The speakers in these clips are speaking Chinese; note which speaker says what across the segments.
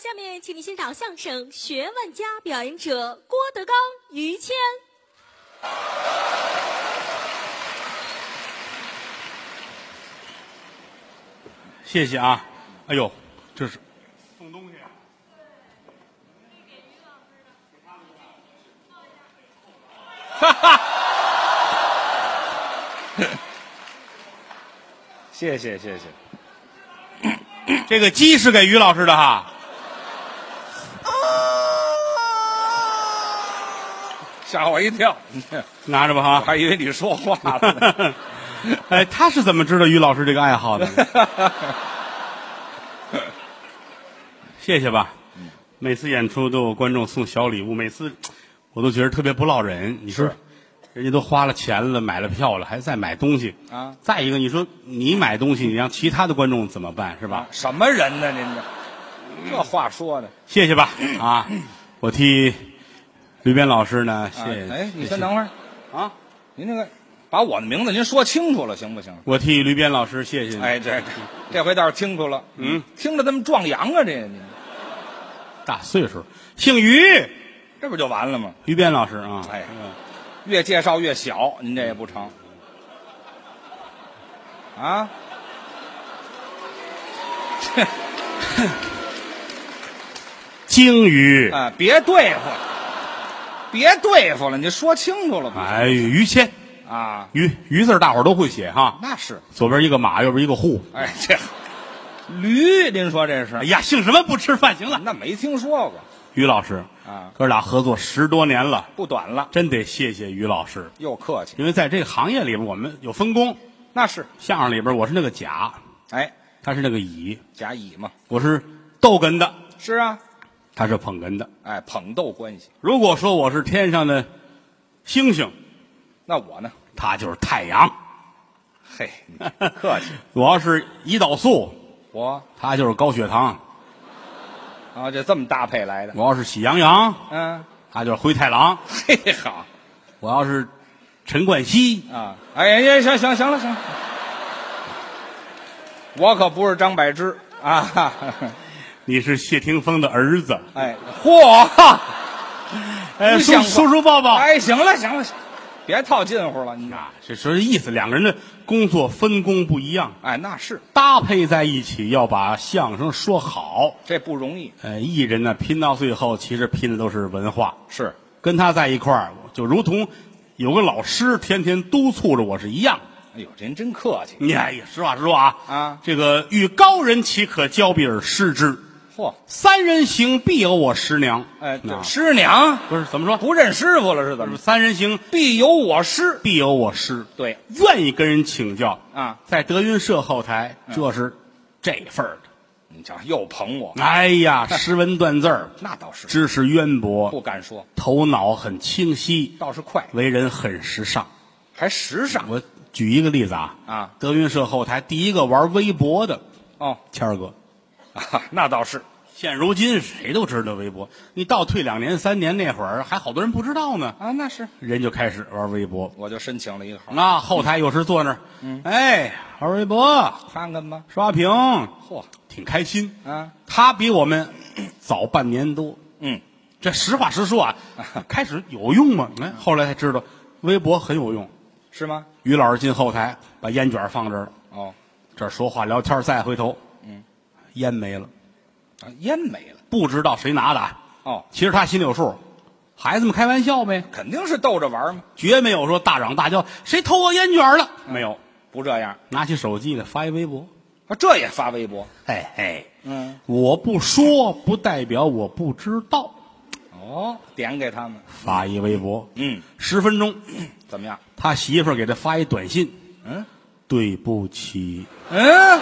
Speaker 1: 下面请您欣赏相声《学问家》，表演者郭德纲、于谦。
Speaker 2: 谢谢啊！哎呦，这是送东西。啊哈哈，
Speaker 3: 谢谢谢谢，
Speaker 2: 这个鸡是给于老师的哈。
Speaker 3: 吓我一跳，
Speaker 2: 拿着吧
Speaker 3: 我
Speaker 2: 哈。
Speaker 3: 还以为你说话 呢。
Speaker 2: 哎，他是怎么知道于老师这个爱好的？ 谢谢吧。每次演出都有观众送小礼物，每次我都觉得特别不落人。你说
Speaker 3: 是，
Speaker 2: 人家都花了钱了，买了票了，还在买东西
Speaker 3: 啊
Speaker 2: 再一个，你说你买东西，你让其他的观众怎么办？是吧？
Speaker 3: 啊什么人呢？您这这话说的，
Speaker 2: 谢谢吧
Speaker 3: 嗯
Speaker 2: 啊！我替吕斌老师呢，谢
Speaker 3: 啊
Speaker 2: 谢。
Speaker 3: 哎，你先等会儿，
Speaker 2: 啊！
Speaker 3: 您这个把我的名字您说清楚了行不行？
Speaker 2: 我替吕斌老师谢谢你。
Speaker 3: 哎，这这这回倒是清楚了，嗯，听着这么壮阳啊，这你
Speaker 2: 大岁数，姓于，
Speaker 3: 这不就完了吗？
Speaker 2: 于斌老师啊。
Speaker 3: 哎越介绍越小，您这也不成。啊？
Speaker 2: 鲸鱼，
Speaker 3: 啊，别对付，别对付了，你说清楚了吧？
Speaker 2: 哎，于谦，
Speaker 3: 啊，
Speaker 2: 于于字儿大伙儿都会写哈，
Speaker 3: 那是，
Speaker 2: 左边一个马，右边一个户。
Speaker 3: 哎，这驴，您说这是？
Speaker 2: 哎呀，姓什么不吃饭？行了，
Speaker 3: 那没听说过，
Speaker 2: 于老师
Speaker 3: 啊
Speaker 2: 哥俩合作十多年了，
Speaker 3: 不短了，
Speaker 2: 真得谢谢于老师，
Speaker 3: 又客气，
Speaker 2: 因为在这个行业里边，我们有分工，
Speaker 3: 那是，
Speaker 2: 相声里边我是那个甲，
Speaker 3: 哎，
Speaker 2: 他是那个乙，
Speaker 3: 甲乙嘛，
Speaker 2: 我是逗哏的，
Speaker 3: 是啊，
Speaker 2: 他是捧哏的。
Speaker 3: 哎，捧逗关系。
Speaker 2: 如果说我是天上的星星，
Speaker 3: 那我呢？
Speaker 2: 他就是太阳；
Speaker 3: 嘿，你客气，
Speaker 2: 我要是胰岛素，
Speaker 3: 我
Speaker 2: 他就是高血糖；
Speaker 3: 啊，就这么搭配来的，
Speaker 2: 我要是喜羊羊，
Speaker 3: 嗯、
Speaker 2: 他就是灰太狼。
Speaker 3: 嘿，好
Speaker 2: 我要是陈冠希，
Speaker 3: 啊，哎呀，行行行了行了，我可不是张柏芝啊，哈哈
Speaker 2: 你是谢霆锋的儿子，
Speaker 3: 哎，嚯！
Speaker 2: 哎，
Speaker 3: 不
Speaker 2: 叔
Speaker 3: 像话
Speaker 2: 叔叔抱抱。
Speaker 3: 哎，行了行了，行了别套近乎了，你
Speaker 2: 啊，这说意思，两个人的工作分工不一样，
Speaker 3: 哎，那是
Speaker 2: 搭配在一起要把相声说好。
Speaker 3: 这不容易，
Speaker 2: 呃，艺人呢拼到最后，其实拼的都是文化。
Speaker 3: 是
Speaker 2: 跟他在一块儿，就如同有个老师天天督促着我是一样的。
Speaker 3: 哎呦，您真客气，
Speaker 2: 你哎呀，实话实说啊，
Speaker 3: 啊
Speaker 2: 这个遇高人岂可交臂而失之？
Speaker 3: 嚯，
Speaker 2: 三人行必有我师娘。
Speaker 3: 哎，对
Speaker 2: 啊
Speaker 3: 师娘
Speaker 2: 不是怎么说？
Speaker 3: 不认师傅了是怎么着？
Speaker 2: 三人行
Speaker 3: 必有我师，
Speaker 2: 必有我师，
Speaker 3: 对，
Speaker 2: 愿意跟人请教
Speaker 3: 啊。
Speaker 2: 在德云社后台，
Speaker 3: 嗯
Speaker 2: 这是这份儿的。
Speaker 3: 你瞧又捧我，
Speaker 2: 哎 呀，识文断字儿，
Speaker 3: 那倒是
Speaker 2: 知识渊
Speaker 3: 不
Speaker 2: 博，
Speaker 3: 敢说，
Speaker 2: 头脑很清晰，
Speaker 3: 倒是快，
Speaker 2: 为人很时尚。
Speaker 3: 还时尚
Speaker 2: 我举一个例子啊，
Speaker 3: 啊
Speaker 2: 德云社后台第一个玩微博的
Speaker 3: 哦，
Speaker 2: 谦儿哥，
Speaker 3: 啊那倒是
Speaker 2: 现如今谁都知道微博。你倒退两年、三年那会儿，还好多人不知道呢，
Speaker 3: 啊，那是，
Speaker 2: 人就开始玩微博。
Speaker 3: 我就申请了一个号，
Speaker 2: 那啊后台有时坐那儿，哎，玩微博、
Speaker 3: 看看吧，
Speaker 2: 刷屏，
Speaker 3: 嚯
Speaker 2: 挺开心。
Speaker 3: 啊，
Speaker 2: 他比我们早半年多，
Speaker 3: 嗯，
Speaker 2: 这实话实说啊，开始有用吗？哎，后来才知道微博很有用。
Speaker 3: 是吗？
Speaker 2: 于老师进后台，把烟卷放这儿了，
Speaker 3: 哦，
Speaker 2: 这儿说话聊天，再回头，嗯，烟没了，
Speaker 3: 啊烟没了，
Speaker 2: 不知道谁拿的啊。
Speaker 3: 哦，
Speaker 2: 其实他心里有数，孩子们开玩笑呗，
Speaker 3: 肯定是逗着玩嘛，
Speaker 2: 绝没有说大嚷大叫谁偷我烟卷了，没有。
Speaker 3: 不这样，
Speaker 2: 拿起手机呢，发一微博，
Speaker 3: 啊，这也发微博，
Speaker 2: 嘿嘿，
Speaker 3: 嗯，
Speaker 2: 我不说不代表我不知道，
Speaker 3: 哦，点给他们，
Speaker 2: 发一微博，
Speaker 3: 嗯，
Speaker 2: 十分钟，
Speaker 3: 怎么样？
Speaker 2: 他媳妇儿给他发一短信，
Speaker 3: 嗯
Speaker 2: 对不起，
Speaker 3: 嗯，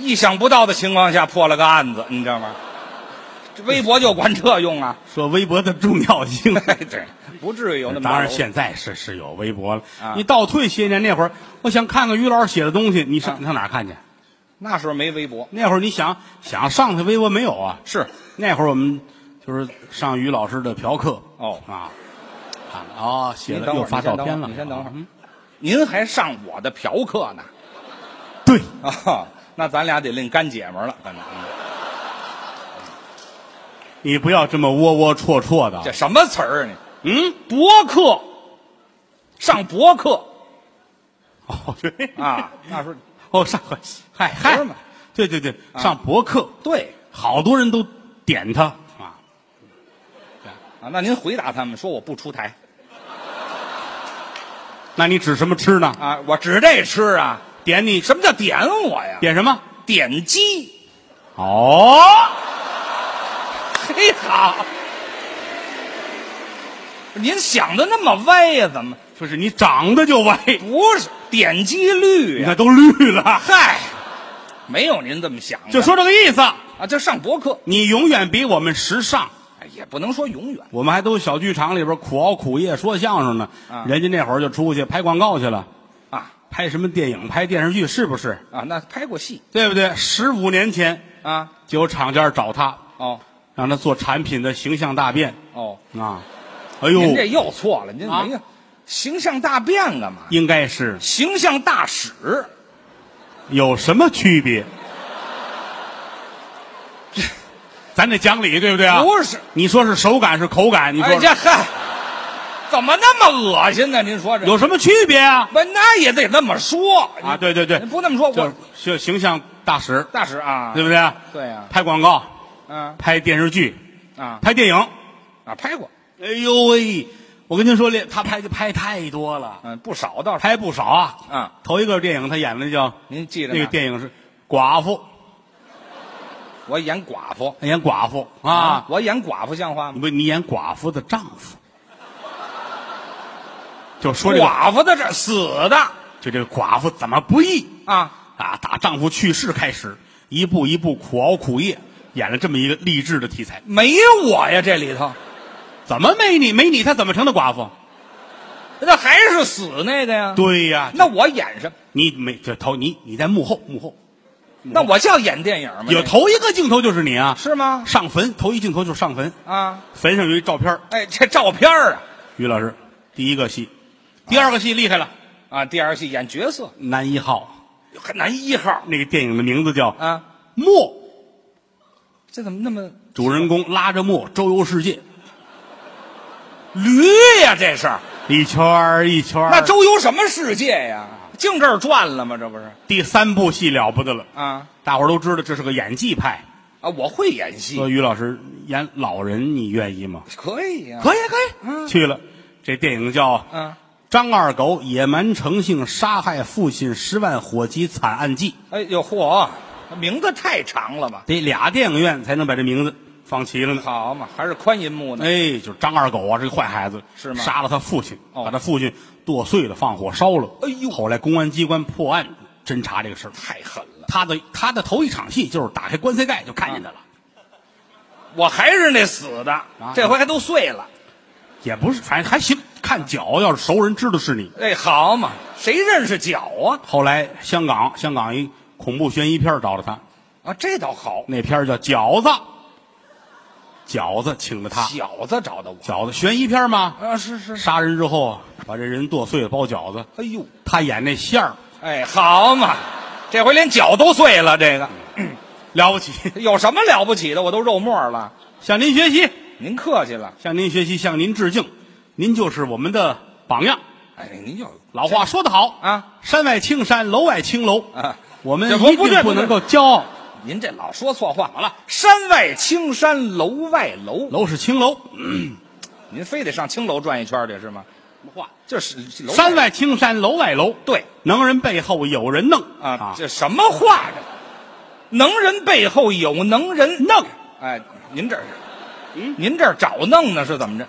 Speaker 3: 意想不到的情况下破了个案子，你知道吗？这微博就管这 用啊？
Speaker 2: 说微博的重要性。
Speaker 3: 哎，对，不至于 有那么
Speaker 2: 当然，
Speaker 3: 柔
Speaker 2: 现在是是有微博了。
Speaker 3: 啊
Speaker 2: 你倒退些年，那会儿我想看看于老师写的东西，你上、
Speaker 3: 啊
Speaker 2: 你上哪儿看去？
Speaker 3: 那时候没微博，
Speaker 2: 那会儿你想想上他微博没有啊？
Speaker 3: 是
Speaker 2: 那会儿我们就是上于老师的嫖课
Speaker 3: 哦
Speaker 2: 啊，看了啊，写
Speaker 3: 您
Speaker 2: 了嗯
Speaker 3: 等会
Speaker 2: 又
Speaker 3: 儿
Speaker 2: 发
Speaker 3: 你先
Speaker 2: 照
Speaker 3: 等
Speaker 2: 片
Speaker 3: 会
Speaker 2: 了。
Speaker 3: 儿你先等会儿
Speaker 2: 嗯
Speaker 3: 您还上我的嫖客呢？
Speaker 2: 对，
Speaker 3: 啊、那咱俩得另干姐们儿了，反正、嗯
Speaker 2: 你不要这么窝窝戳戳
Speaker 3: 这
Speaker 2: 的。
Speaker 3: 什么词儿啊你？
Speaker 2: 嗯，
Speaker 3: 博客，上博客
Speaker 2: 哦对，
Speaker 3: 啊，那时候
Speaker 2: 哦上回，嗨嗨
Speaker 3: 不是嘛，啊
Speaker 2: 对对对，上博客，
Speaker 3: 对
Speaker 2: 好多人都点他啊，
Speaker 3: 啊，那您回答他们说我不出台
Speaker 2: 那你指什么吃呢？
Speaker 3: 啊，我指这吃啊，
Speaker 2: 点你
Speaker 3: 什么叫点我呀？
Speaker 2: 点什么？
Speaker 3: 点击，
Speaker 2: 哦，
Speaker 3: 嘿好，您想的那么歪呀、怎么
Speaker 2: 就是你长得就 歪，
Speaker 3: 不是点击率
Speaker 2: 你
Speaker 3: 呀、
Speaker 2: 看都绿 了。
Speaker 3: 嗨，没有您这么想的，
Speaker 2: 就说这个意思，
Speaker 3: 啊，就上博客，
Speaker 2: 你永远比我们时尚。
Speaker 3: 哎也不能说永远
Speaker 2: 我们还都小剧场里边苦熬苦夜说相声呢，
Speaker 3: 啊
Speaker 2: 人家那会儿就出去拍广告去了，
Speaker 3: 啊
Speaker 2: 拍什么电影、拍电视剧，是不是？
Speaker 3: 啊，那拍过戏
Speaker 2: 对不对？十五年前
Speaker 3: 啊，
Speaker 2: 就有厂家找他，
Speaker 3: 哦
Speaker 2: 让他做产品的形象大变
Speaker 3: 哦，
Speaker 2: 啊！哎
Speaker 3: 您这
Speaker 2: 呦，
Speaker 3: 又错了，您
Speaker 2: 啊
Speaker 3: 没有、形象大变干嘛？
Speaker 2: 应该是
Speaker 3: 形象大使，
Speaker 2: 有什么区别？咱得讲理，对不对啊？
Speaker 3: 不是，
Speaker 2: 你说是手感是口感，你
Speaker 3: 哎
Speaker 2: 说
Speaker 3: 这嗨，怎么那么恶心呢？您说这
Speaker 2: 有什么区别啊？
Speaker 3: 不那也得这么说
Speaker 2: 啊，，对对对
Speaker 3: 您，不那么说
Speaker 2: 就
Speaker 3: 我
Speaker 2: 就形象大使，
Speaker 3: 大使啊，
Speaker 2: 对不对？
Speaker 3: 对呀
Speaker 2: 拍广告，
Speaker 3: 啊
Speaker 2: 拍电视剧，
Speaker 3: 啊
Speaker 2: 拍电影。
Speaker 3: 啊，拍过，
Speaker 2: 哎呦喂，我跟您说，这他拍就拍太多了，
Speaker 3: 嗯，不少倒是。
Speaker 2: 拍不少啊。
Speaker 3: 啊，
Speaker 2: 头一个电影他演的叫
Speaker 3: 您记着
Speaker 2: 那个
Speaker 3: 呢
Speaker 2: 电影是寡妇，
Speaker 3: 我演寡妇
Speaker 2: 他演寡妇啊。
Speaker 3: 我演寡妇像话吗？
Speaker 2: 不，你演寡妇的丈夫，就说这个，
Speaker 3: 寡妇的这死的
Speaker 2: 就这个寡妇怎么不易
Speaker 3: 啊，
Speaker 2: 啊？打丈夫去世开始，一步一步苦熬苦夜，演了这么一个励志的题材。
Speaker 3: 没我呀，这里头
Speaker 2: 怎么没你？没你，她怎么成的寡妇？
Speaker 3: 那还是死那个呀。
Speaker 2: 对呀，
Speaker 3: 那我演什么？
Speaker 2: 你没这头，你你在幕后，幕后
Speaker 3: 那我叫演电影吗？
Speaker 2: 有头一个镜头就是你啊，
Speaker 3: 是吗？
Speaker 2: 上坟头一镜头就是上坟，
Speaker 3: 啊，
Speaker 2: 坟上有一照片儿，
Speaker 3: 哎，这照片儿啊
Speaker 2: 于老师第一个戏，第二个戏厉害了，
Speaker 3: 啊，第二戏演角色，
Speaker 2: 男一号
Speaker 3: 很难一号
Speaker 2: 那个电影的名字叫《
Speaker 3: 啊，
Speaker 2: 墨》，
Speaker 3: 这怎么那么
Speaker 2: 主人公拉着墨周游世界，
Speaker 3: 驴呀？这是
Speaker 2: 一圈儿一圈儿。
Speaker 3: 那周游什么世界呀？净这儿转了吗？这不是
Speaker 2: 第三部戏了不得了，
Speaker 3: 啊
Speaker 2: 大伙儿都知道这是个演技派。
Speaker 3: 啊！我会演戏，
Speaker 2: 说于老师演老人，你愿意吗？
Speaker 3: 可以呀、
Speaker 2: 可以可以，嗯去了。这电影叫《
Speaker 3: 啊，
Speaker 2: 张二狗野蛮成性杀害父亲十万火急惨案记》，
Speaker 3: 哎呦嚯，名字太长了吧？
Speaker 2: 得俩电影院才能把这名字放齐了呢。
Speaker 3: 好嘛，还是宽银幕呢。
Speaker 2: 哎，就是张二狗啊，是个坏孩子，
Speaker 3: 是吗
Speaker 2: 杀了他父亲，
Speaker 3: 哦
Speaker 2: 把他父亲剁碎了，放火烧了。
Speaker 3: 哎呦
Speaker 2: 后来公安机关破案侦查这个事儿，
Speaker 3: 太狠了！
Speaker 2: 他的他的头一场戏就是打开棺材盖就看见他
Speaker 3: 啊
Speaker 2: 了，
Speaker 3: 我还是那死的，这回还都碎了。
Speaker 2: 也不是，反正还行。看脚，要是熟人知道是你。
Speaker 3: 哎，好嘛，谁认识脚啊？
Speaker 2: 后来香港香港一恐怖悬疑片儿找了他，
Speaker 3: 啊，这倒好，
Speaker 2: 那片儿叫《饺子》，饺子请了他。
Speaker 3: 小子找的我
Speaker 2: 饺子悬疑片嘛，
Speaker 3: 啊，是是，
Speaker 2: 杀人之后啊，把这人剁碎了包饺子，
Speaker 3: 哎呦，
Speaker 2: 他演那馅儿
Speaker 3: 哎，好嘛，这回连脚都碎了，这个
Speaker 2: 了不起，
Speaker 3: 有什么了不起的？我都肉沫了，
Speaker 2: 向您学习，
Speaker 3: 您客气了，
Speaker 2: 向您学习，向您致敬，您就是我们的榜样。
Speaker 3: 哎，您就
Speaker 2: 老话说得好
Speaker 3: 啊，
Speaker 2: 山外青山，楼外青楼
Speaker 3: 啊
Speaker 2: 我们
Speaker 3: 这不
Speaker 2: 一
Speaker 3: 不对
Speaker 2: 定
Speaker 3: 不
Speaker 2: 不
Speaker 3: 对
Speaker 2: 能够骄傲。
Speaker 3: 您这老说错话。好了，山外青山楼外楼，
Speaker 2: 楼是青楼，
Speaker 3: 您非得上青楼转一圈去是吗？
Speaker 2: 什么话？
Speaker 3: 就是楼
Speaker 2: 山外青山，楼外楼。
Speaker 3: 对
Speaker 2: 能人背后有人弄
Speaker 3: 啊，这什么话这？能人背后有能人，
Speaker 2: 弄。
Speaker 3: 哎，您这儿，您这儿找弄呢是怎么着？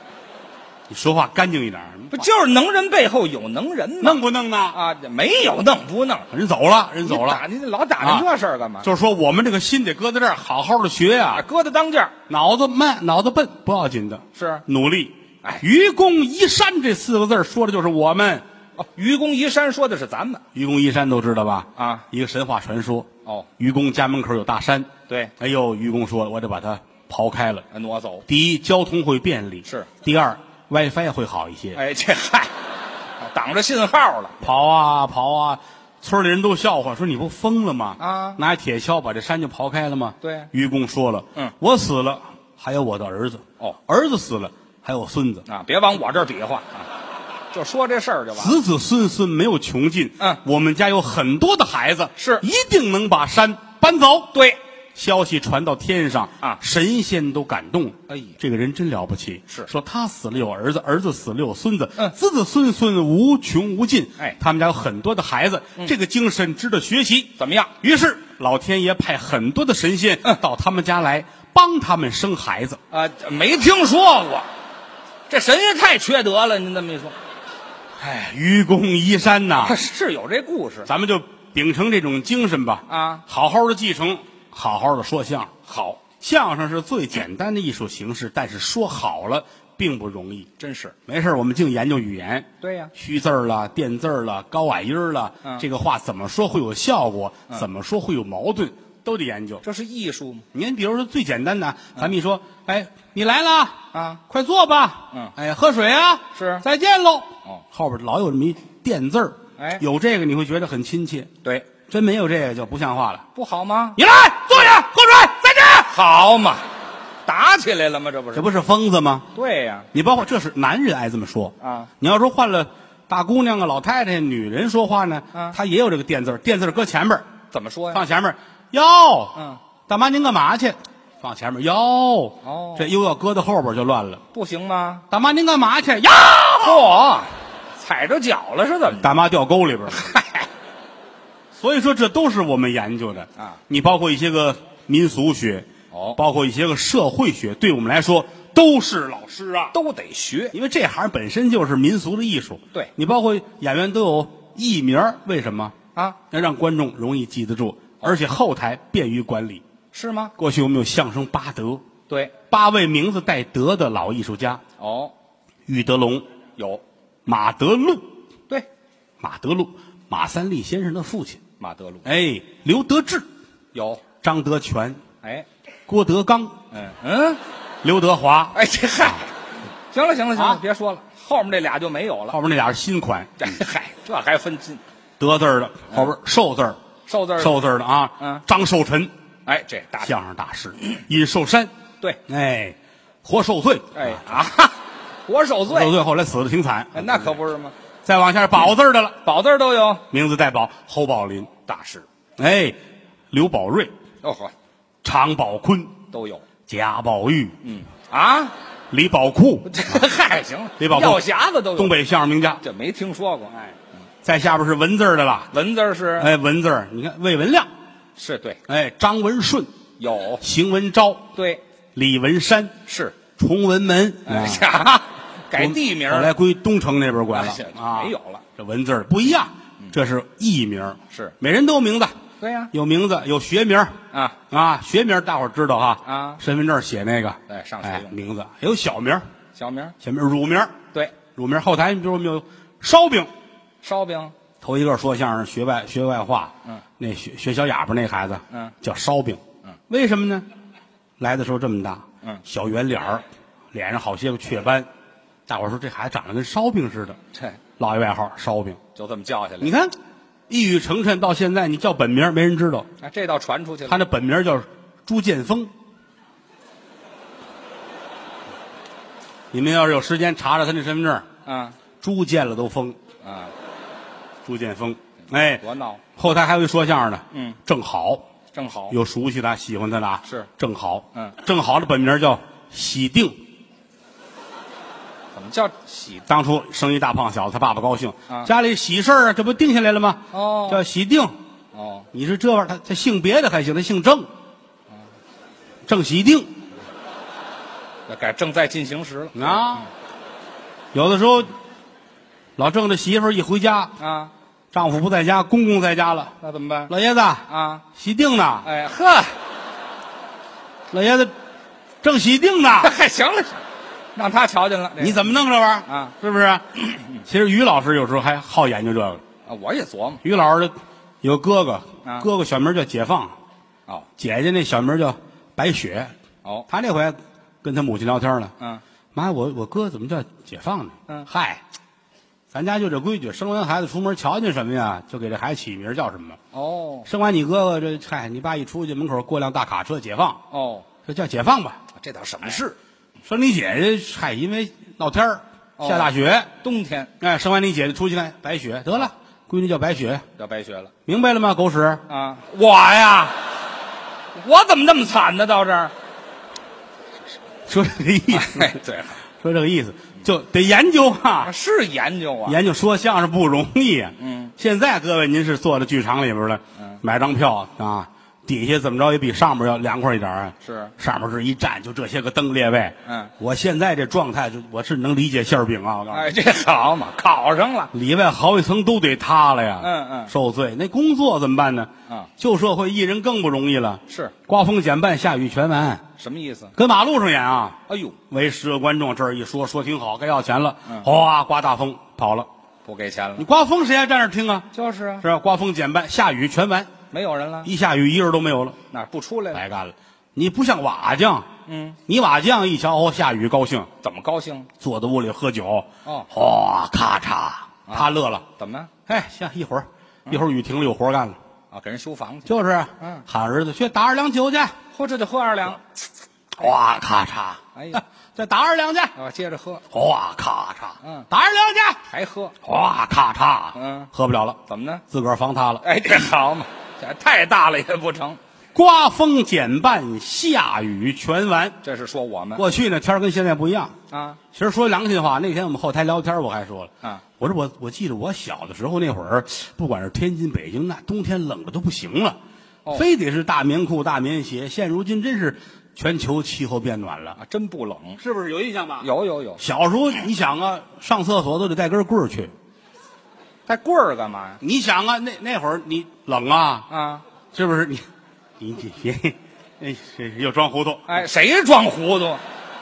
Speaker 2: 你说话干净一点儿，
Speaker 3: 不就是能人背后有能人吗？
Speaker 2: 弄不弄呢？
Speaker 3: 啊，没有弄不弄，
Speaker 2: 人走了，人走
Speaker 3: 你打
Speaker 2: 了，
Speaker 3: 您老打听
Speaker 2: 啊
Speaker 3: 这事儿干嘛？
Speaker 2: 就是说我们这个心得搁在这儿，好好的学呀、
Speaker 3: 啊，搁在当间儿
Speaker 2: 脑子慢，脑子笨不要紧的，
Speaker 3: 是啊
Speaker 2: 努力。
Speaker 3: 哎
Speaker 2: 愚公移山这四个字儿说的就是我们。
Speaker 3: 哦，愚公移山说的是咱们
Speaker 2: 愚公移山都知道吧？
Speaker 3: 啊，
Speaker 2: 一个神话传说。
Speaker 3: 哦，
Speaker 2: 愚公家门口有大山。
Speaker 3: 对，
Speaker 2: 哎呦，愚公说，我得把它刨开了。
Speaker 3: 挪走。
Speaker 2: 第一，交通会便利；
Speaker 3: 是。哎
Speaker 2: 第二，WiFi 会好一些。
Speaker 3: 哎，这嗨，挡着信号了
Speaker 2: 刨啊刨啊，村里人都笑话，说你不疯了吗？
Speaker 3: 啊
Speaker 2: 拿一铁锹把这山就刨开了吗？
Speaker 3: 对
Speaker 2: 愚公说了，
Speaker 3: 嗯
Speaker 2: 我死了，还有我的儿子，
Speaker 3: 哦，
Speaker 2: 儿子死了，还有我孙子，
Speaker 3: 啊，别往我这儿比划啊，就说这事儿就完了。
Speaker 2: 子子孙孙没有穷尽。
Speaker 3: 嗯
Speaker 2: 我们家有很多的孩子，
Speaker 3: 是
Speaker 2: 一定能把山搬走。
Speaker 3: 对，
Speaker 2: 消息传到天上
Speaker 3: 啊
Speaker 2: 神仙都感动了。
Speaker 3: 哎呀
Speaker 2: 这个人真了不起！
Speaker 3: 是
Speaker 2: 说他死了有儿子，儿子死了有孙子，
Speaker 3: 嗯
Speaker 2: 子子孙孙无穷无尽。
Speaker 3: 哎嗯
Speaker 2: 他们家有很多的孩子，这个精神值得学习。
Speaker 3: 怎么样？
Speaker 2: 于是老天爷派很多的神仙
Speaker 3: 嗯
Speaker 2: 到他们家来帮他们生孩子。
Speaker 3: 啊，没听说过，这神仙太缺德了。您这么一说，
Speaker 2: 哎，愚公移山呐、
Speaker 3: 是有这故事。
Speaker 2: 咱们就秉承这种精神吧，
Speaker 3: 啊
Speaker 2: 好好的继承，好好的说相声。好，相声是最简单的艺术形式，但是说好了并不容易。
Speaker 3: 真是
Speaker 2: 没事儿，我们净研究语言，
Speaker 3: 对呀
Speaker 2: 虚字儿了、垫字儿了、高矮音儿了，
Speaker 3: 嗯
Speaker 2: 这个话怎么说会有效果，怎么说会有矛盾，都得研究。
Speaker 3: 这是艺术吗？
Speaker 2: 您比如说最简单的，咱们一说，哎，你来了
Speaker 3: 啊，
Speaker 2: 快坐吧，
Speaker 3: 嗯
Speaker 2: 哎，喝水啊，
Speaker 3: 是
Speaker 2: 再见喽。
Speaker 3: 哦，
Speaker 2: 后边老有这么一垫字儿，
Speaker 3: 哎
Speaker 2: 有这个你会觉得很亲切，
Speaker 3: 对，
Speaker 2: 真没有这个就不像话了。
Speaker 3: 不好吗？
Speaker 2: 你来坐下喝水，再见。
Speaker 3: 好嘛，打起来了吗？这不
Speaker 2: 这
Speaker 3: 是？
Speaker 2: 不是疯子吗？
Speaker 3: 对呀、
Speaker 2: 你包括这是男人爱这么说
Speaker 3: 啊。
Speaker 2: 你要说换了大姑娘啊、老太太、女人说话呢，
Speaker 3: 啊嗯
Speaker 2: 她也有这个垫字儿，垫字儿搁前边儿，
Speaker 3: 怎么说呀？
Speaker 2: 放前面儿，哟，
Speaker 3: 嗯，
Speaker 2: 大妈您干嘛去？放前面儿，哟，
Speaker 3: 哦
Speaker 2: 这又要搁到后边儿就乱了。
Speaker 3: 不行吗？
Speaker 2: 大妈您干嘛去？呀！
Speaker 3: 嚯、踩着脚了是怎么着？
Speaker 2: 大妈掉沟里边了。
Speaker 3: 嗨，
Speaker 2: 所以说，这都是我们研究的
Speaker 3: 啊。
Speaker 2: 你包括一些个民俗学，
Speaker 3: 哦
Speaker 2: 包括一些个社会学，对我们来说都是老师啊。
Speaker 3: 都得学。
Speaker 2: 因为这行本身就是民俗的艺术。
Speaker 3: 对
Speaker 2: 你包括演员都有艺名儿，为什么
Speaker 3: 啊？
Speaker 2: 要让观众容易记得住，而且后台便于管理。
Speaker 3: 是吗？
Speaker 2: 过去我们有相声八德，
Speaker 3: 对，
Speaker 2: 八位名字带“德”的老艺术家：
Speaker 3: 哦，
Speaker 2: 玉德龙、
Speaker 3: 有，
Speaker 2: 马德禄、
Speaker 3: 对，
Speaker 2: 马德禄、马三立先生的父亲，
Speaker 3: 马德禄
Speaker 2: 哎，刘德志、
Speaker 3: 有，
Speaker 2: 张德全、
Speaker 3: 哎，
Speaker 2: 郭德纲、
Speaker 3: 嗯嗯，
Speaker 2: 刘德华，
Speaker 3: 哎，这 嗨，行了行了行了，
Speaker 2: 啊
Speaker 3: 别说了，后面这俩就没有了。
Speaker 2: 后边那俩是新款，
Speaker 3: 这 嗨，这还分金？
Speaker 2: 德字儿的，后边寿字儿，
Speaker 3: 寿字儿
Speaker 2: 寿字儿的啊，
Speaker 3: 嗯
Speaker 2: 张寿臣，
Speaker 3: 哎，这大
Speaker 2: 相声大师，尹寿山，
Speaker 3: 对，
Speaker 2: 哎，活受罪，
Speaker 3: 哎
Speaker 2: 啊
Speaker 3: 啊，我受
Speaker 2: 活受
Speaker 3: 罪，
Speaker 2: 罪后来死的挺惨，
Speaker 3: 哎那可不是吗？
Speaker 2: 再往下是宝字儿的了，
Speaker 3: 宝字儿都有
Speaker 2: 名字带宝，侯宝林，
Speaker 3: 大师，
Speaker 2: 哎，刘宝瑞，
Speaker 3: 哦呵，
Speaker 2: 常宝坤，
Speaker 3: 都有，
Speaker 2: 贾宝玉，
Speaker 3: 嗯啊，
Speaker 2: 李宝库，
Speaker 3: 这 嗨行了，
Speaker 2: 李宝库
Speaker 3: 药匣子都有，
Speaker 2: 东北相声名家，
Speaker 3: 这没听说过，哎，
Speaker 2: 在下边是文字儿的了，
Speaker 3: 文字儿是
Speaker 2: 哎，文字儿，你看魏文亮，
Speaker 3: 是对，
Speaker 2: 哎，张文顺，
Speaker 3: 有
Speaker 2: 邢文昭，
Speaker 3: 对
Speaker 2: 李文山，
Speaker 3: 是，
Speaker 2: 崇文门，
Speaker 3: 哎
Speaker 2: 啊
Speaker 3: 呀， 改地名
Speaker 2: 后
Speaker 3: 儿
Speaker 2: 来归东城那边管了
Speaker 3: 哎呀
Speaker 2: 啊，
Speaker 3: 没有了，
Speaker 2: 这文字儿不一样，这是艺名，
Speaker 3: 嗯是
Speaker 2: 每人都有名字，
Speaker 3: 对呀，
Speaker 2: 有名字有学名
Speaker 3: 啊，
Speaker 2: 啊，学名大伙儿知道哈
Speaker 3: 啊
Speaker 2: 身份证写那个，
Speaker 3: 哎上学用的
Speaker 2: 名字也有小名，
Speaker 3: 小名儿
Speaker 2: 小名乳名，
Speaker 3: 对，
Speaker 2: 乳名后台你比如我们有烧饼，
Speaker 3: 烧 饼
Speaker 2: 头一个说相声学外学外话，
Speaker 3: 嗯，
Speaker 2: 那学学小哑巴那孩子，
Speaker 3: 嗯
Speaker 2: 叫烧饼，
Speaker 3: 嗯，
Speaker 2: 为什么呢？来的时候这么大，
Speaker 3: 嗯
Speaker 2: 小圆脸儿，脸上好些个雀斑，大伙儿说这孩子长得跟烧饼似的，
Speaker 3: 这
Speaker 2: 落一外号烧饼。
Speaker 3: 就这么叫下来
Speaker 2: 你，看，一语成谶，到现在你叫本名没人知道，
Speaker 3: 哎，这倒传出去了
Speaker 2: 他，那本名叫朱建峰。你们要是有时间查查他那身份证，
Speaker 3: 啊
Speaker 2: 朱见了都疯，
Speaker 3: 啊，
Speaker 2: 朱建峰。哎，
Speaker 3: 多闹，
Speaker 2: 后台还有一说相声的，
Speaker 3: 嗯，
Speaker 2: 正好
Speaker 3: 正好
Speaker 2: 有熟悉的、喜欢他的啊，
Speaker 3: 是
Speaker 2: 正好，
Speaker 3: 嗯
Speaker 2: 正好的本名叫喜定，
Speaker 3: 怎么叫喜
Speaker 2: 当初生一大胖小子，他爸爸高兴，
Speaker 3: 啊
Speaker 2: 家里喜事儿啊，这不定下来了吗？
Speaker 3: 哦
Speaker 2: 叫喜定，
Speaker 3: 哦，
Speaker 2: 你是这玩意儿，他他姓别的还行，他姓郑，郑喜定
Speaker 3: 那改正在进行时了
Speaker 2: 啊。有的时候，老郑的媳妇儿一回家，
Speaker 3: 啊，
Speaker 2: 丈夫不在家，公公在家了，
Speaker 3: 那怎么办？
Speaker 2: 老爷子，
Speaker 3: 啊，
Speaker 2: 喜定呢？
Speaker 3: 哎呵，
Speaker 2: 老爷子，郑喜定 呢？
Speaker 3: 嗨，哎行了，让他瞧见了。这个
Speaker 2: 你怎么弄这玩意儿
Speaker 3: 啊？
Speaker 2: 是不是？其实于老师有时候还好研究这个。
Speaker 3: 啊，我也琢磨
Speaker 2: 于老师有哥哥
Speaker 3: 啊，
Speaker 2: 哥哥小名叫解放，
Speaker 3: 哦
Speaker 2: 姐姐那小名叫白雪。
Speaker 3: 哦，
Speaker 2: 他那回跟他母亲聊天呢，
Speaker 3: 嗯
Speaker 2: 妈，我我哥怎么叫解放呢？
Speaker 3: 嗯
Speaker 2: 嗨，咱家就这规矩，生完孩子出门瞧见什么呀，就给这孩子起名叫什么。
Speaker 3: 哦
Speaker 2: 生完你哥哥这，嗨，你爸一出去门口过辆大卡车，解放，
Speaker 3: 哦，
Speaker 2: 就叫解放吧。
Speaker 3: 这倒什么事？
Speaker 2: 生你姐姐，嗨，因为闹天儿，
Speaker 3: 哦
Speaker 2: 下大雪，
Speaker 3: 冬天
Speaker 2: 哎，生完你姐姐出去看白雪，得了，闺女叫白雪，
Speaker 3: 要白雪了
Speaker 2: 明白了吗？狗屎，
Speaker 3: 啊！我呀，我怎么那么惨呢？到这 儿，
Speaker 2: 说这个意思，
Speaker 3: 哎，对了
Speaker 2: 说这个意思，就得研究啊
Speaker 3: 啊，，是研究啊，
Speaker 2: 研究说相声不容易啊。
Speaker 3: 嗯，
Speaker 2: 现在各位您是坐在剧场里边了，买张票啊，底下怎么着也比上边要凉快一点啊。
Speaker 3: 是
Speaker 2: 上面这一站就这些个灯列位，
Speaker 3: 嗯，
Speaker 2: 我现在这状态就我是能理解馅儿饼啊，我告诉你。
Speaker 3: 哎，这好嘛，考上了，
Speaker 2: 里外好几层都得塌了呀，
Speaker 3: 嗯嗯
Speaker 2: 受罪。那工作怎么办呢？
Speaker 3: 嗯
Speaker 2: 旧社会艺人更不容易了，
Speaker 3: 是
Speaker 2: 刮风减半，下雨全完，
Speaker 3: 什么意思？
Speaker 2: 跟马路上演啊，
Speaker 3: 哎呦，
Speaker 2: 围十个观众，这儿一说说挺好，该要钱了
Speaker 3: 嗯，
Speaker 2: 哗、刮大风跑了，
Speaker 3: 不给钱了
Speaker 2: 你，刮风谁还站那儿听啊？
Speaker 3: 就是啊，
Speaker 2: 是吧？刮风减半，下雨全完，
Speaker 3: 没有人了，
Speaker 2: 一下雨一人都没有了，
Speaker 3: 哪儿不出来了？
Speaker 2: 白干了。你不像瓦匠，
Speaker 3: 嗯，
Speaker 2: 你瓦匠一瞧哦，下雨高兴，
Speaker 3: 怎么高兴？
Speaker 2: 坐在屋里喝酒，
Speaker 3: 哦
Speaker 2: 哗、咔嚓，他乐了。
Speaker 3: 怎么
Speaker 2: 哎，行，一会儿一会儿雨停了，有活干了。
Speaker 3: 啊？给人修房去？
Speaker 2: 就是啊，
Speaker 3: 嗯
Speaker 2: 喊儿子去打二两酒去，
Speaker 3: 嚯，这得喝二两
Speaker 2: 哗咔嚓，
Speaker 3: 哎呀，
Speaker 2: 再打二两去，
Speaker 3: 啊，接着喝，
Speaker 2: 哗咔嚓，
Speaker 3: 嗯
Speaker 2: 打二两去，
Speaker 3: 还喝，
Speaker 2: 哗咔嚓，
Speaker 3: 嗯
Speaker 2: 喝不了了，
Speaker 3: 怎么呢？
Speaker 2: 自个儿房塌了。
Speaker 3: 哎，这好嘛，这太大了也不成。
Speaker 2: 刮风减半，下雨全完。
Speaker 3: 这是说我们
Speaker 2: 过去呢，天儿跟现在不一样。
Speaker 3: 啊，
Speaker 2: 其实说良心话，那天我们后台聊天，我还说了，
Speaker 3: 啊，
Speaker 2: 我说我我记得我小的时候那会儿，不管是天津、北京，那冬天冷的都不行了，
Speaker 3: 哦
Speaker 2: 非得是大棉裤、大棉鞋。现如今真是全球气候变暖了，
Speaker 3: 啊，真不冷。
Speaker 2: 是不是有印象吧？
Speaker 3: 有有有，
Speaker 2: 小时候你想啊，上厕所都得带根棍儿去。
Speaker 3: 带棍儿干嘛呀？
Speaker 2: 你想啊，那那会儿你冷啊，
Speaker 3: 啊，
Speaker 2: 是不是？你你你 别，哎，又装糊涂。
Speaker 3: 哎，谁装糊涂？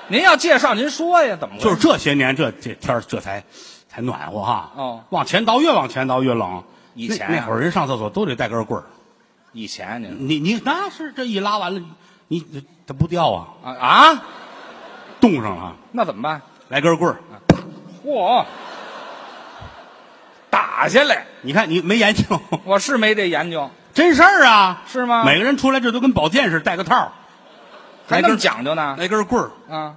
Speaker 3: 您要介绍，您说呀，怎么回事
Speaker 2: 就是这些年，这这天儿这才才暖和哈。
Speaker 3: 哦
Speaker 2: 往前倒，越往前倒越冷。
Speaker 3: 以前啊
Speaker 2: 那那会儿人上厕所都得带根棍儿，
Speaker 3: 以前您
Speaker 2: 你你那是这一拉完了，你你它不掉啊，
Speaker 3: 啊啊，
Speaker 2: 冻上了啊，
Speaker 3: 那怎么办？
Speaker 2: 来根棍儿。
Speaker 3: 嚯，打下来，
Speaker 2: 你看你没研究，
Speaker 3: 我是没这研究，
Speaker 2: 真事儿啊，
Speaker 3: 是吗
Speaker 2: 每个人出来这都跟宝剑似的，带个套儿，
Speaker 3: 还
Speaker 2: 来
Speaker 3: 那
Speaker 2: 根
Speaker 3: 么讲究呢？
Speaker 2: 来根棍儿。
Speaker 3: 啊，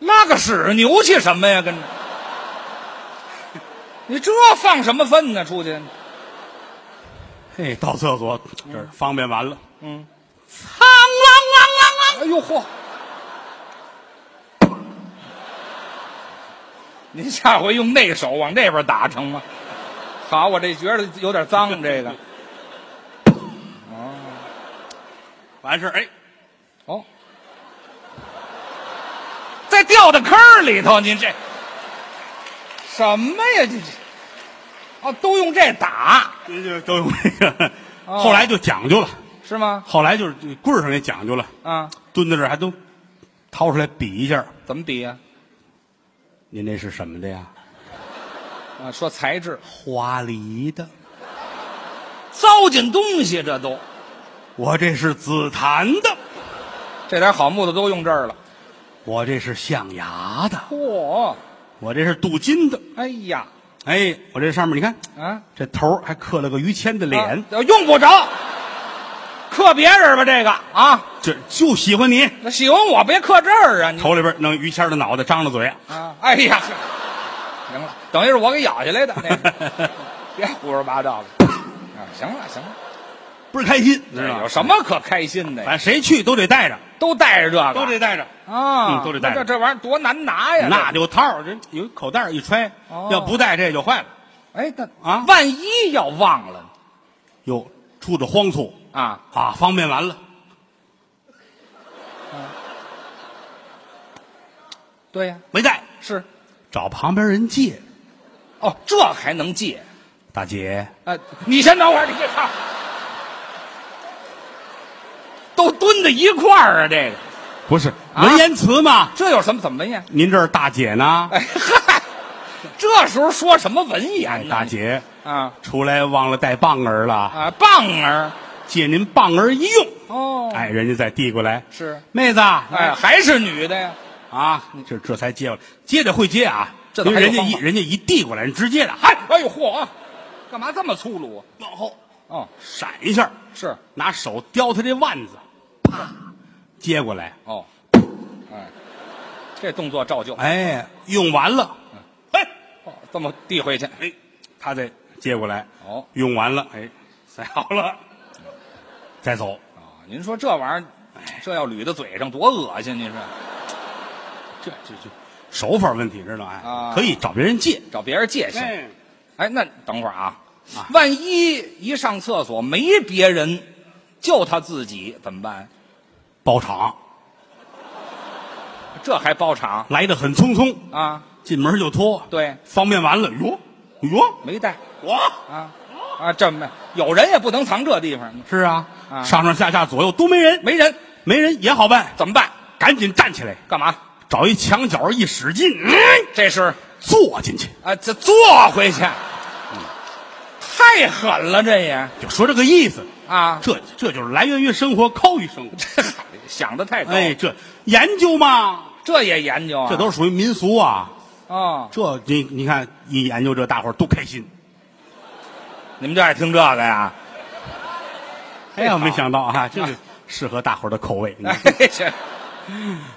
Speaker 3: 拉个屎牛气什么呀？跟着，你这放什么粪呢？出去，
Speaker 2: 嘿，到厕所这儿方便完了，
Speaker 3: 嗯，
Speaker 2: 苍啷啷啷啷，
Speaker 3: 哎呦嚯！您下回用那手往那边打成吗？好，我这觉得有点脏，这个
Speaker 2: 完事儿哎，
Speaker 3: 哦，再掉到坑儿里头，您这什么呀？这这哦，都用这打
Speaker 2: 这就都有那个。
Speaker 3: 哦
Speaker 2: 后来就讲究了，
Speaker 3: 是吗？
Speaker 2: 后来就是这棍儿上也讲究了。
Speaker 3: 啊，
Speaker 2: 蹲在这儿还都掏出来比一下，
Speaker 3: 怎么比呀、
Speaker 2: 您这是什么的呀？
Speaker 3: 啊？说材质，
Speaker 2: 花梨的，
Speaker 3: 糟践东西，这都
Speaker 2: 我这是紫檀的，
Speaker 3: 这点好木头都用这儿了。
Speaker 2: 我这是象牙的，
Speaker 3: 嚯、
Speaker 2: 我这是镀金的。
Speaker 3: 哎呀，
Speaker 2: 哎，我这上面你看，
Speaker 3: 啊，
Speaker 2: 这头儿还刻了个于谦的脸，
Speaker 3: 啊用不着，克别人吧这个啊，
Speaker 2: 这就喜欢你。
Speaker 3: 那喜欢我别克这儿啊你
Speaker 2: 头里边弄于谦的脑袋，张着嘴，
Speaker 3: 啊，哎呀，行了，等于是我给咬下来的，那个、别哎胡说八 道了啊，行了行了，
Speaker 2: 不是开心，知
Speaker 3: 这
Speaker 2: 道吗
Speaker 3: 有？哎什么可开心的呀？
Speaker 2: 反正谁去都得带着，
Speaker 3: 都带着这个，
Speaker 2: 都得带着，
Speaker 3: 啊，
Speaker 2: 嗯都得带着
Speaker 3: 那这这玩意儿多难拿哎呀！
Speaker 2: 那
Speaker 3: 这
Speaker 2: 就套儿，这有口袋儿一揣
Speaker 3: 哦，
Speaker 2: 要不带这就坏了。
Speaker 3: 哎，那
Speaker 2: 啊
Speaker 3: 万一要忘了呢
Speaker 2: 哟，出着荒促
Speaker 3: 啊，
Speaker 2: 啊，方便完了。
Speaker 3: 对呀，
Speaker 2: 没带，
Speaker 3: 是
Speaker 2: 找旁边人借。
Speaker 3: 哦，这还能借？
Speaker 2: 大姐，
Speaker 3: 啊，你先等会儿，你这看，都蹲在一块儿啊，这个
Speaker 2: 不是
Speaker 3: 啊
Speaker 2: 文言词嘛？
Speaker 3: 这有什么怎么文言？
Speaker 2: 您这儿大姐呢？
Speaker 3: 哎嗨，这时候说什么文言呢？
Speaker 2: 哎大姐
Speaker 3: 啊
Speaker 2: 出来忘了带棒儿了，
Speaker 3: 啊，棒儿
Speaker 2: 借您棒儿一用。
Speaker 3: 哦
Speaker 2: 哎，人家再递过来，
Speaker 3: 是
Speaker 2: 妹子，
Speaker 3: 哎，还是女的呀？
Speaker 2: 啊，这这才接过来，接得会接啊，
Speaker 3: 这
Speaker 2: 因为
Speaker 3: 还有
Speaker 2: 人家
Speaker 3: 方
Speaker 2: 一
Speaker 3: 法
Speaker 2: 人家一递过来，人直接的，
Speaker 3: 嗨，哎呦嚯啊，干嘛这么粗鲁啊？
Speaker 2: 往后
Speaker 3: 哦，
Speaker 2: 闪一下，
Speaker 3: 是
Speaker 2: 拿手叼他这腕子，啪，接过来，
Speaker 3: 哦，哎，这动作照旧，
Speaker 2: 哎，用完了，哎，
Speaker 3: 哦这么递回去，
Speaker 2: 哎，他再接过来，
Speaker 3: 哦
Speaker 2: 用完了，哎，塞好了，再走，
Speaker 3: 啊，您说这玩意儿，哎这要捋到嘴上多恶心！您说，这这这
Speaker 2: 手法问题知道哎，
Speaker 3: 啊
Speaker 2: 可以找别人借，
Speaker 3: 找别人借去。
Speaker 2: 哎，
Speaker 3: 哎，那等会儿啊，万一一上厕所没别人，就他自己怎么办？
Speaker 2: 包场
Speaker 3: 这还包场
Speaker 2: 来的很匆匆，
Speaker 3: 啊？
Speaker 2: 进门就脱，
Speaker 3: 对
Speaker 2: 方便完了，哟哟，
Speaker 3: 没带
Speaker 2: 我。
Speaker 3: 啊啊！这没有人也不能藏这地方，
Speaker 2: 是啊，
Speaker 3: 啊
Speaker 2: 上上下下左右都没人，
Speaker 3: 没人
Speaker 2: 没人也好办，
Speaker 3: 怎么办？
Speaker 2: 赶紧站起来，
Speaker 3: 干嘛？
Speaker 2: 找一墙角一使劲，嗯
Speaker 3: 这是
Speaker 2: 坐进去。
Speaker 3: 啊，这坐回去，太狠了，这也
Speaker 2: 就说这个意思，
Speaker 3: 啊，
Speaker 2: 这这就是来源于生活，高于生活。
Speaker 3: 想的太高，
Speaker 2: 哎，这研究嘛，
Speaker 3: 这也研究啊，
Speaker 2: 这都是属于民俗啊。
Speaker 3: 哦，
Speaker 2: 这你你看，一研究这，大伙儿都开心。
Speaker 3: 你们就爱听这个呀？
Speaker 2: 哎呀，
Speaker 3: 好
Speaker 2: 没想到 啊，这个适合大伙儿的口味。
Speaker 3: 哎，这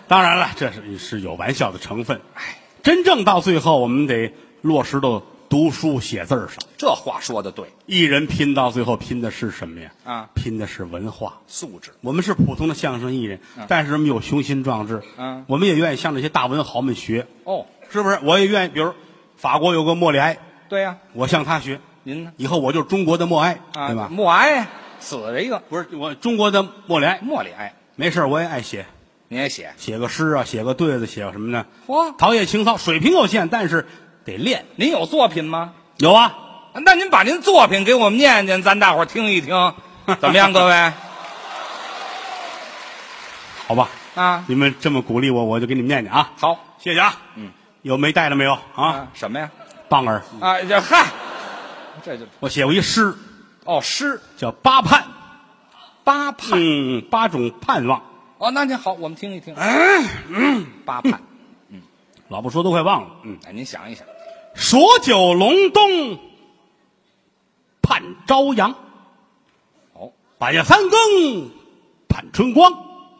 Speaker 2: 当然了，这是是有玩笑的成分。
Speaker 3: 哎
Speaker 2: 真正到最后，我们得落实到读书写字儿上。
Speaker 3: 这话说的对，
Speaker 2: 艺人拼到最后拼的是什么呀？
Speaker 3: 啊
Speaker 2: 拼的是文化。
Speaker 3: 素质
Speaker 2: 我们是普通的相声艺人，
Speaker 3: 啊
Speaker 2: 但是我们有雄心壮志。
Speaker 3: 嗯
Speaker 2: 我们也愿意向这些大文豪们学，
Speaker 3: 哦，
Speaker 2: 是不是？我也愿意，比如法国有个莫里埃，
Speaker 3: 对呀、
Speaker 2: 我向他学，
Speaker 3: 您呢？
Speaker 2: 以后我就是中国的莫埃，
Speaker 3: 啊，
Speaker 2: 对吧？
Speaker 3: 默哀死了一个
Speaker 2: 不是我中国的莫里埃，
Speaker 3: 莫里哀，
Speaker 2: 没事儿我也爱写，
Speaker 3: 您也写？
Speaker 2: 写个诗啊，写个对子，写个什么呢？
Speaker 3: 嚯
Speaker 2: 陶冶情操，水平有限，但是得练。
Speaker 3: 您有作品吗？
Speaker 2: 有啊，
Speaker 3: 那您把您作品给我们念念，咱大伙儿听一听， 怎么样，各位
Speaker 2: 好吧，
Speaker 3: 啊？
Speaker 2: 你们这么鼓励我，我就给你们念念啊，
Speaker 3: 好
Speaker 2: 谢谢啊。嗯，有没带的没有啊？，
Speaker 3: 什么呀？
Speaker 2: 棒儿。
Speaker 3: 啊，这嗨，这就
Speaker 2: 我写过一诗，
Speaker 3: 哦诗
Speaker 2: 叫《八盼》，
Speaker 3: 八盼、
Speaker 2: 嗯，八种盼望。
Speaker 3: 哦，那您好，我们听一听、
Speaker 2: 哎
Speaker 3: 八盼。
Speaker 2: 老不说都快忘了。嗯，
Speaker 3: 哎，您想一想，
Speaker 2: 数九隆冬，盼朝阳；
Speaker 3: 哦
Speaker 2: 半夜三更，盼春光；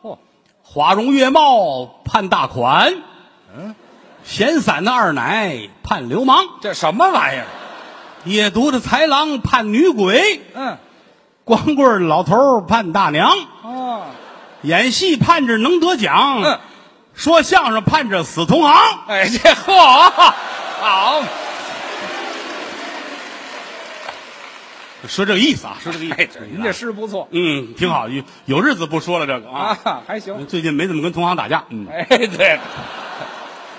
Speaker 3: 嚯、
Speaker 2: 花容月貌，盼大款。嗯，闲散的二奶盼流氓，
Speaker 3: 这什么玩意儿？
Speaker 2: 夜读的豺狼盼女鬼，
Speaker 3: 嗯，
Speaker 2: 光棍儿老头儿盼大娘，
Speaker 3: 哦，
Speaker 2: 演戏盼着能得奖，
Speaker 3: 嗯
Speaker 2: 说相声盼着死同行。
Speaker 3: 哎，这嚯，好，
Speaker 2: 说这个意思啊，说
Speaker 3: 是
Speaker 2: 这个
Speaker 3: 这
Speaker 2: 意
Speaker 3: 个意
Speaker 2: 思。
Speaker 3: 思。哎您这诗不错
Speaker 2: 嗯，挺好，有有日子不说了这个
Speaker 3: 啊
Speaker 2: 啊。，
Speaker 3: 还行。
Speaker 2: 最近没怎么跟同行打架，嗯，
Speaker 3: 哎，对，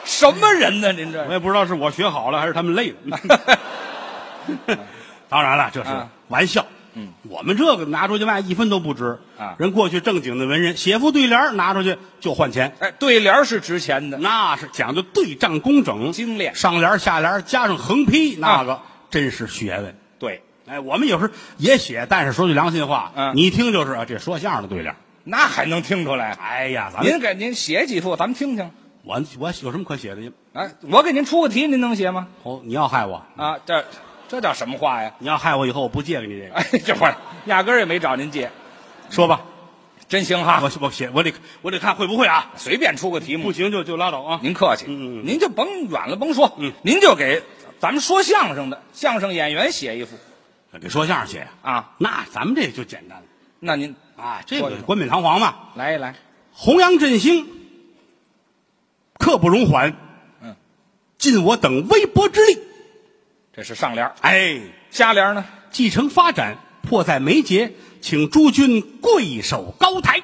Speaker 3: 什么人呢？您
Speaker 2: 我
Speaker 3: 这
Speaker 2: 也不知道是我学好了 还是他们累的。当然了，这是
Speaker 3: 啊
Speaker 2: 玩笑。嗯，我们这个拿出去卖一分都不值
Speaker 3: 啊
Speaker 2: 人过去正经的文人写副对联儿拿出去就换钱，
Speaker 3: 哎，对联儿是值钱的，
Speaker 2: 那是讲究对仗工整、
Speaker 3: 精炼
Speaker 2: 上联儿下联儿加上横批，那
Speaker 3: 啊
Speaker 2: 个真是学问。
Speaker 3: 对，
Speaker 2: 哎，我们有时候也写，但是说句良心话，
Speaker 3: 嗯
Speaker 2: 你一听就是啊，这说相声的对联儿。
Speaker 3: 那还能听出来？啊
Speaker 2: 哎呀，咱
Speaker 3: 您
Speaker 2: 们
Speaker 3: 给您写几副，咱们听听。
Speaker 2: 我我有什么可写的？
Speaker 3: 哎，我给您出个题，您能写吗？
Speaker 2: 哦，你要害我，
Speaker 3: 啊，这这叫什么话呀？
Speaker 2: 你要害我以后我不借给你这个。
Speaker 3: 哎， 这会儿压根儿也没找您借，
Speaker 2: 说吧，
Speaker 3: 真行哈！
Speaker 2: 我我写我得我得看会不会啊，
Speaker 3: 随便出个题目
Speaker 2: 不，行就就拉倒啊。
Speaker 3: 您客气，
Speaker 2: 嗯嗯嗯
Speaker 3: 您就甭远了，甭说，
Speaker 2: 嗯
Speaker 3: 您就给咱们说相声的相声演员写一幅
Speaker 2: 给说相声写，
Speaker 3: 啊。
Speaker 2: 那咱们这就简单了
Speaker 3: 那您
Speaker 2: 啊，这
Speaker 3: 说一
Speaker 2: 个
Speaker 3: 说
Speaker 2: 冠冕堂皇嘛，
Speaker 3: 来一来，
Speaker 2: 弘扬振兴，刻不容缓。
Speaker 3: 嗯，
Speaker 2: 尽我等微薄之力，
Speaker 3: 这是上联儿，
Speaker 2: 哎，
Speaker 3: 下联儿呢？
Speaker 2: 继承发展，迫在眉睫，请诸君贵守高台，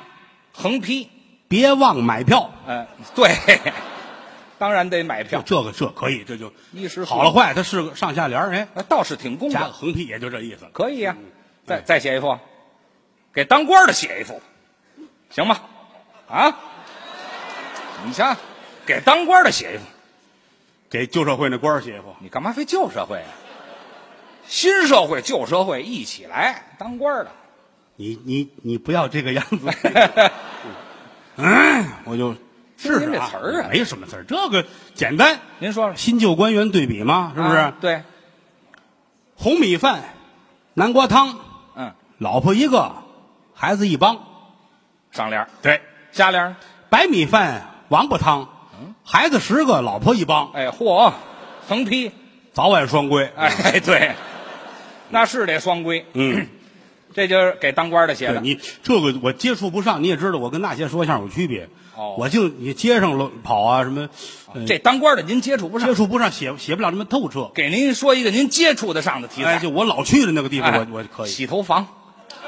Speaker 3: 横批，
Speaker 2: 别忘买票。
Speaker 3: 呃，对， 当然得买
Speaker 2: 就
Speaker 3: 票，
Speaker 2: 这个这可以，这就
Speaker 3: 衣食父母
Speaker 2: 好了坏，它是个上下联儿哎，
Speaker 3: 那倒是挺公
Speaker 2: 加个
Speaker 3: 道，
Speaker 2: 横批也就这意思。
Speaker 3: 可以呀、再
Speaker 2: 嗯
Speaker 3: 再写一幅，给当官儿的写一幅，行吧？啊，你瞧，给当官儿的写一幅，
Speaker 2: 给旧社会那官儿写一幅，
Speaker 3: 你干嘛非旧社会啊？新社会、旧社会一起来当官儿的，
Speaker 2: 你你你不要这个样子。 嗯，我就试试
Speaker 3: 听您这
Speaker 2: 啊
Speaker 3: 词儿啊
Speaker 2: 没什么词儿，这个简单。
Speaker 3: 您说说
Speaker 2: 新旧官员对比嘛，是不是？
Speaker 3: 啊对，
Speaker 2: 红米饭，南瓜汤，
Speaker 3: 嗯，
Speaker 2: 老婆一个，孩子一帮。
Speaker 3: 上联儿
Speaker 2: 对，
Speaker 3: 下联儿，
Speaker 2: 白米饭，王八汤，孩子十个，老婆一帮，
Speaker 3: 嗯哎，嚯，横批，
Speaker 2: 早晚双规。
Speaker 3: 哎，对，那是得双规，
Speaker 2: 嗯，
Speaker 3: 这就是给当官的写
Speaker 2: 对
Speaker 3: 的。
Speaker 2: 你这个我接触不上，你也知道，我跟那些说相声有区别。
Speaker 3: 哦
Speaker 2: 我净你街上乱跑啊，什么，呃
Speaker 3: 这当官的您接触不上
Speaker 2: 接，触不上，写写不了那么透彻。
Speaker 3: 给您说一个您接触得上的题材，
Speaker 2: 哎，就我老去的那个地方，
Speaker 3: 哎
Speaker 2: 我我可以。
Speaker 3: 洗头房。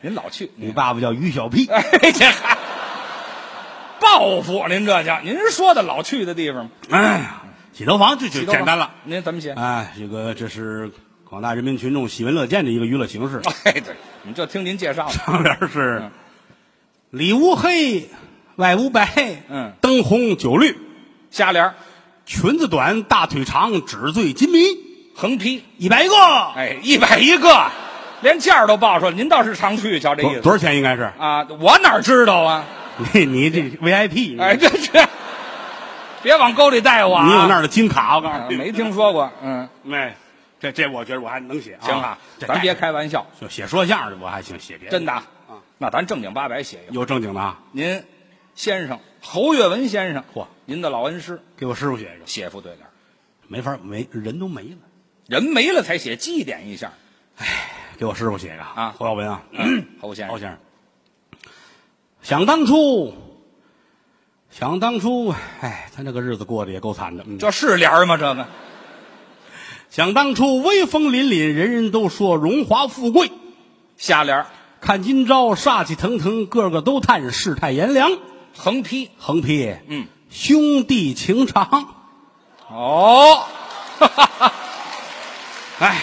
Speaker 3: 您老去，
Speaker 2: 你爸爸叫于小屁，
Speaker 3: 哎，这还 报复您这叫您说的老去的地方吗，
Speaker 2: 哎呀，洗头房这就
Speaker 3: 洗头房
Speaker 2: 简单了。
Speaker 3: 您怎么写？
Speaker 2: 哎，这个这是广大人民群众喜闻乐见的一个娱乐形式。
Speaker 3: 哎，对，你就听您介绍的。
Speaker 2: 上联是里屋黑，外屋白，
Speaker 3: 嗯
Speaker 2: 灯红酒绿，
Speaker 3: 下联儿
Speaker 2: 裙子短，大腿长，纸醉金迷，
Speaker 3: 横批，
Speaker 2: 一百个。
Speaker 3: 哎，一百一个， 连价儿都报出来。您倒是常去，瞧这意
Speaker 2: 多
Speaker 3: 思
Speaker 2: 多少钱应该是？
Speaker 3: 啊！我哪知道啊？
Speaker 2: 你你这 VIP，
Speaker 3: 哎，这这，别往沟里带我啊！
Speaker 2: 你有那儿的金卡，我告
Speaker 3: 啊
Speaker 2: 诉你。
Speaker 3: 没听说过，嗯，
Speaker 2: 哎，这这我觉得我还能写啊。
Speaker 3: 行啊，
Speaker 2: 这
Speaker 3: 咱别
Speaker 2: 带
Speaker 3: 开玩笑，
Speaker 2: 就写说相声的我还行，写别
Speaker 3: 真
Speaker 2: 的
Speaker 3: 的啊。那咱正经八百写一个，
Speaker 2: 有正经的啊，
Speaker 3: 您先生侯月文先生，
Speaker 2: 嚯，
Speaker 3: 您的老恩师
Speaker 2: 给我师傅写一个，
Speaker 3: 写副对联，
Speaker 2: 没法没人都没了。
Speaker 3: 人没了才写，祭奠一下
Speaker 2: 给我师傅写一个
Speaker 3: 啊
Speaker 2: 侯耀文啊，
Speaker 3: 侯先
Speaker 2: 侯
Speaker 3: 生。
Speaker 2: 先生。想当初，想当初，哎，他那个日子过得也够惨的。嗯，
Speaker 3: 这是联儿吗？这个
Speaker 2: 想当初威风凛凛，人人都说荣华富贵，
Speaker 3: 下联儿
Speaker 2: 看今朝煞气腾腾，个个都叹世态炎凉。
Speaker 3: 横批，
Speaker 2: 横批，
Speaker 3: 嗯，
Speaker 2: 兄弟情长。
Speaker 3: 哦，
Speaker 2: 哎，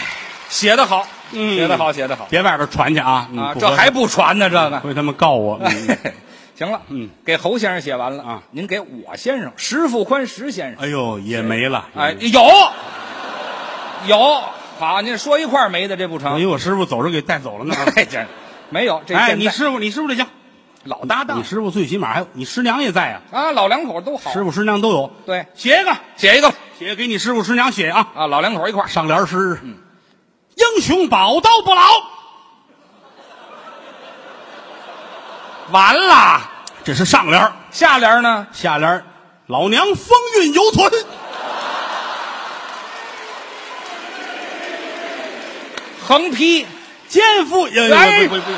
Speaker 3: 写得好，
Speaker 2: 嗯
Speaker 3: 写得好，写得好
Speaker 2: 别外边传去啊！嗯
Speaker 3: 啊！
Speaker 2: 不
Speaker 3: 这
Speaker 2: 合
Speaker 3: 还不传呢，这个。
Speaker 2: 会他们告我。 嗯
Speaker 3: 行了，
Speaker 2: 嗯，
Speaker 3: 给侯先生写完了
Speaker 2: 啊
Speaker 3: 您给我先生石富宽石先生，
Speaker 2: 哎呦，也没了。
Speaker 3: 哎，
Speaker 2: 也没了，
Speaker 3: 有有，好，您说一块儿没的这不
Speaker 2: 哎
Speaker 3: 成？
Speaker 2: 呦，我师傅走着给带走 了呢。
Speaker 3: 哎，这没有这
Speaker 2: 哎，
Speaker 3: 现
Speaker 2: 你
Speaker 3: 在
Speaker 2: 师傅，你师傅这行，
Speaker 3: 老搭档
Speaker 2: 你师傅最起码还有你师娘也在啊，
Speaker 3: 啊，老两口都好，
Speaker 2: 师傅师娘都有。
Speaker 3: 对，
Speaker 2: 写一个，
Speaker 3: 写一个
Speaker 2: 写给你师傅师娘写啊。
Speaker 3: 啊，老两口一块儿
Speaker 2: 上联是：
Speaker 3: 嗯
Speaker 2: 英雄宝刀不老。
Speaker 3: 完了，
Speaker 2: 这是上联儿，
Speaker 3: 下联呢？
Speaker 2: 下联儿老娘风韵犹存。
Speaker 3: 横批，
Speaker 2: 奸夫也
Speaker 3: 哎
Speaker 2: 不不不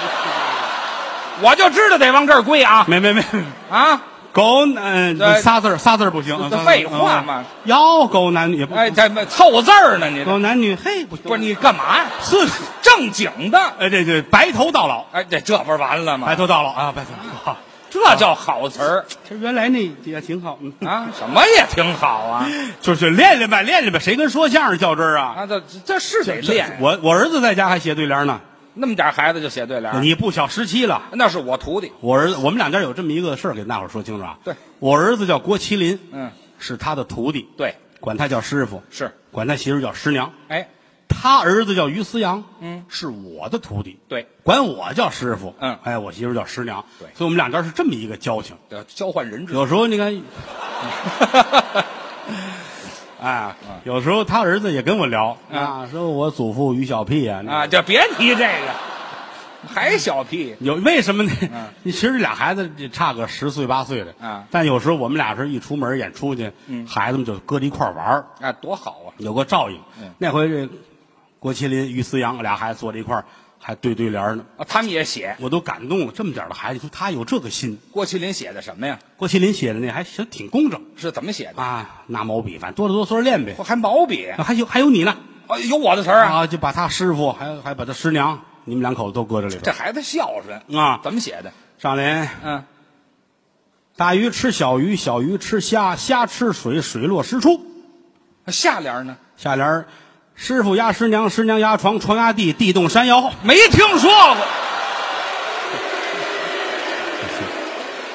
Speaker 3: 我就知道得往这儿归啊
Speaker 2: 没没没，
Speaker 3: 啊！
Speaker 2: 狗嗯、
Speaker 3: 对
Speaker 2: 仨字儿仨字儿不行，
Speaker 3: 这
Speaker 2: 嗯
Speaker 3: 废话嘛。
Speaker 2: 嗯要狗男女也不，
Speaker 3: 哎，这凑字儿呢，你这
Speaker 2: 狗男女嘿不行
Speaker 3: 不嗯是你干嘛呀？
Speaker 2: 是
Speaker 3: 正经的，
Speaker 2: 哎这这白头到老，
Speaker 3: 哎，这这不是完了
Speaker 2: 白
Speaker 3: 吗？
Speaker 2: 头到老啊，白头到老。
Speaker 3: 这叫好词儿
Speaker 2: 其实原来那也挺好，嗯
Speaker 3: 啊，什么也挺好啊。
Speaker 2: 就是练练吧，练练吧，谁跟说相声较真儿啊？
Speaker 3: 啊，这这是得练，
Speaker 2: 我我儿子在家还写对联呢，
Speaker 3: 那么点孩子就写对联儿，
Speaker 2: 你不小十七了。
Speaker 3: 那是我徒弟。
Speaker 2: 我儿子，我们两家有这么一个事儿，给大伙儿说清楚啊。
Speaker 3: 对，
Speaker 2: 我儿子叫郭麒麟，
Speaker 3: 嗯，
Speaker 2: 是他的徒弟，
Speaker 3: 对，
Speaker 2: 管他叫师傅，
Speaker 3: 是，
Speaker 2: 管他媳妇儿叫师娘。
Speaker 3: 哎，
Speaker 2: 他儿子叫于思阳，
Speaker 3: 嗯，
Speaker 2: 是我的徒弟，
Speaker 3: 对，
Speaker 2: 管我叫师傅，
Speaker 3: 嗯
Speaker 2: 哎，我媳妇儿叫师娘，
Speaker 3: 对
Speaker 2: 所以我们两家是这么一个交情。
Speaker 3: 得交换人质。
Speaker 2: 有时候你看， 哎，有时候他儿子也跟我聊啊，说我祖父于小屁啊，
Speaker 3: 啊，就别提这个，还小屁。
Speaker 2: 有为什么呢？你其实俩孩子也差个十岁八岁的，
Speaker 3: 啊嗯
Speaker 2: 但有时候我们俩是一出门演出去，孩子们就搁在一块儿玩儿
Speaker 3: 啊，多好啊！
Speaker 2: 有个照应。那回这郭麒麟、于思洋俩孩子坐在一块儿，还对对联儿呢，
Speaker 3: 啊，他们也写
Speaker 2: 我都感动了。这么点儿的孩子，说他有这个心。
Speaker 3: 郭麒麟写的什么呀？
Speaker 2: 郭麒麟写的那还行，挺工整
Speaker 3: 是怎么写的？
Speaker 2: 啊，拿毛笔，反正哆哆嗦嗦练呗
Speaker 3: 我。还毛笔啊，
Speaker 2: 还有还有你呢
Speaker 3: 有我的词儿啊。
Speaker 2: 啊，就把他师傅还有还把他师娘，你们两口子都搁这里
Speaker 3: 这
Speaker 2: 边。
Speaker 3: 孩子孝顺
Speaker 2: 啊
Speaker 3: 怎么写的？
Speaker 2: 上联
Speaker 3: 嗯，
Speaker 2: 大鱼吃小鱼，小鱼吃虾，虾吃水，水落石出。
Speaker 3: 下联呢？
Speaker 2: 下联儿师傅压师娘，师娘压床，床压地，地动山摇。
Speaker 3: 没听说过。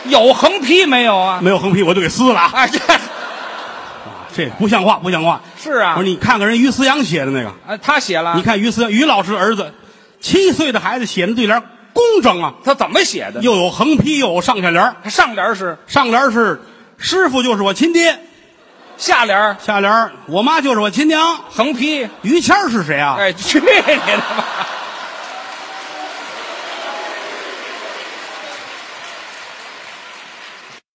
Speaker 3: 有横批没有啊？
Speaker 2: 没有横批我就给撕了啊！
Speaker 3: 哎，这
Speaker 2: 这不像话，不像话。
Speaker 3: 是啊
Speaker 2: 我说你看看人于思洋写的那个，
Speaker 3: 啊，他写了，
Speaker 2: 你看于思洋于老师儿子，七岁的孩子写的对联工整啊，
Speaker 3: 他怎么写的呢？
Speaker 2: 又有横批，又有上下联儿。
Speaker 3: 他上联是，
Speaker 2: 上联是师傅就是我亲爹，
Speaker 3: 下联
Speaker 2: 下联儿我妈就是我亲娘。
Speaker 3: 横批，
Speaker 2: 于谦儿是谁啊？
Speaker 3: 哎，去你的吧！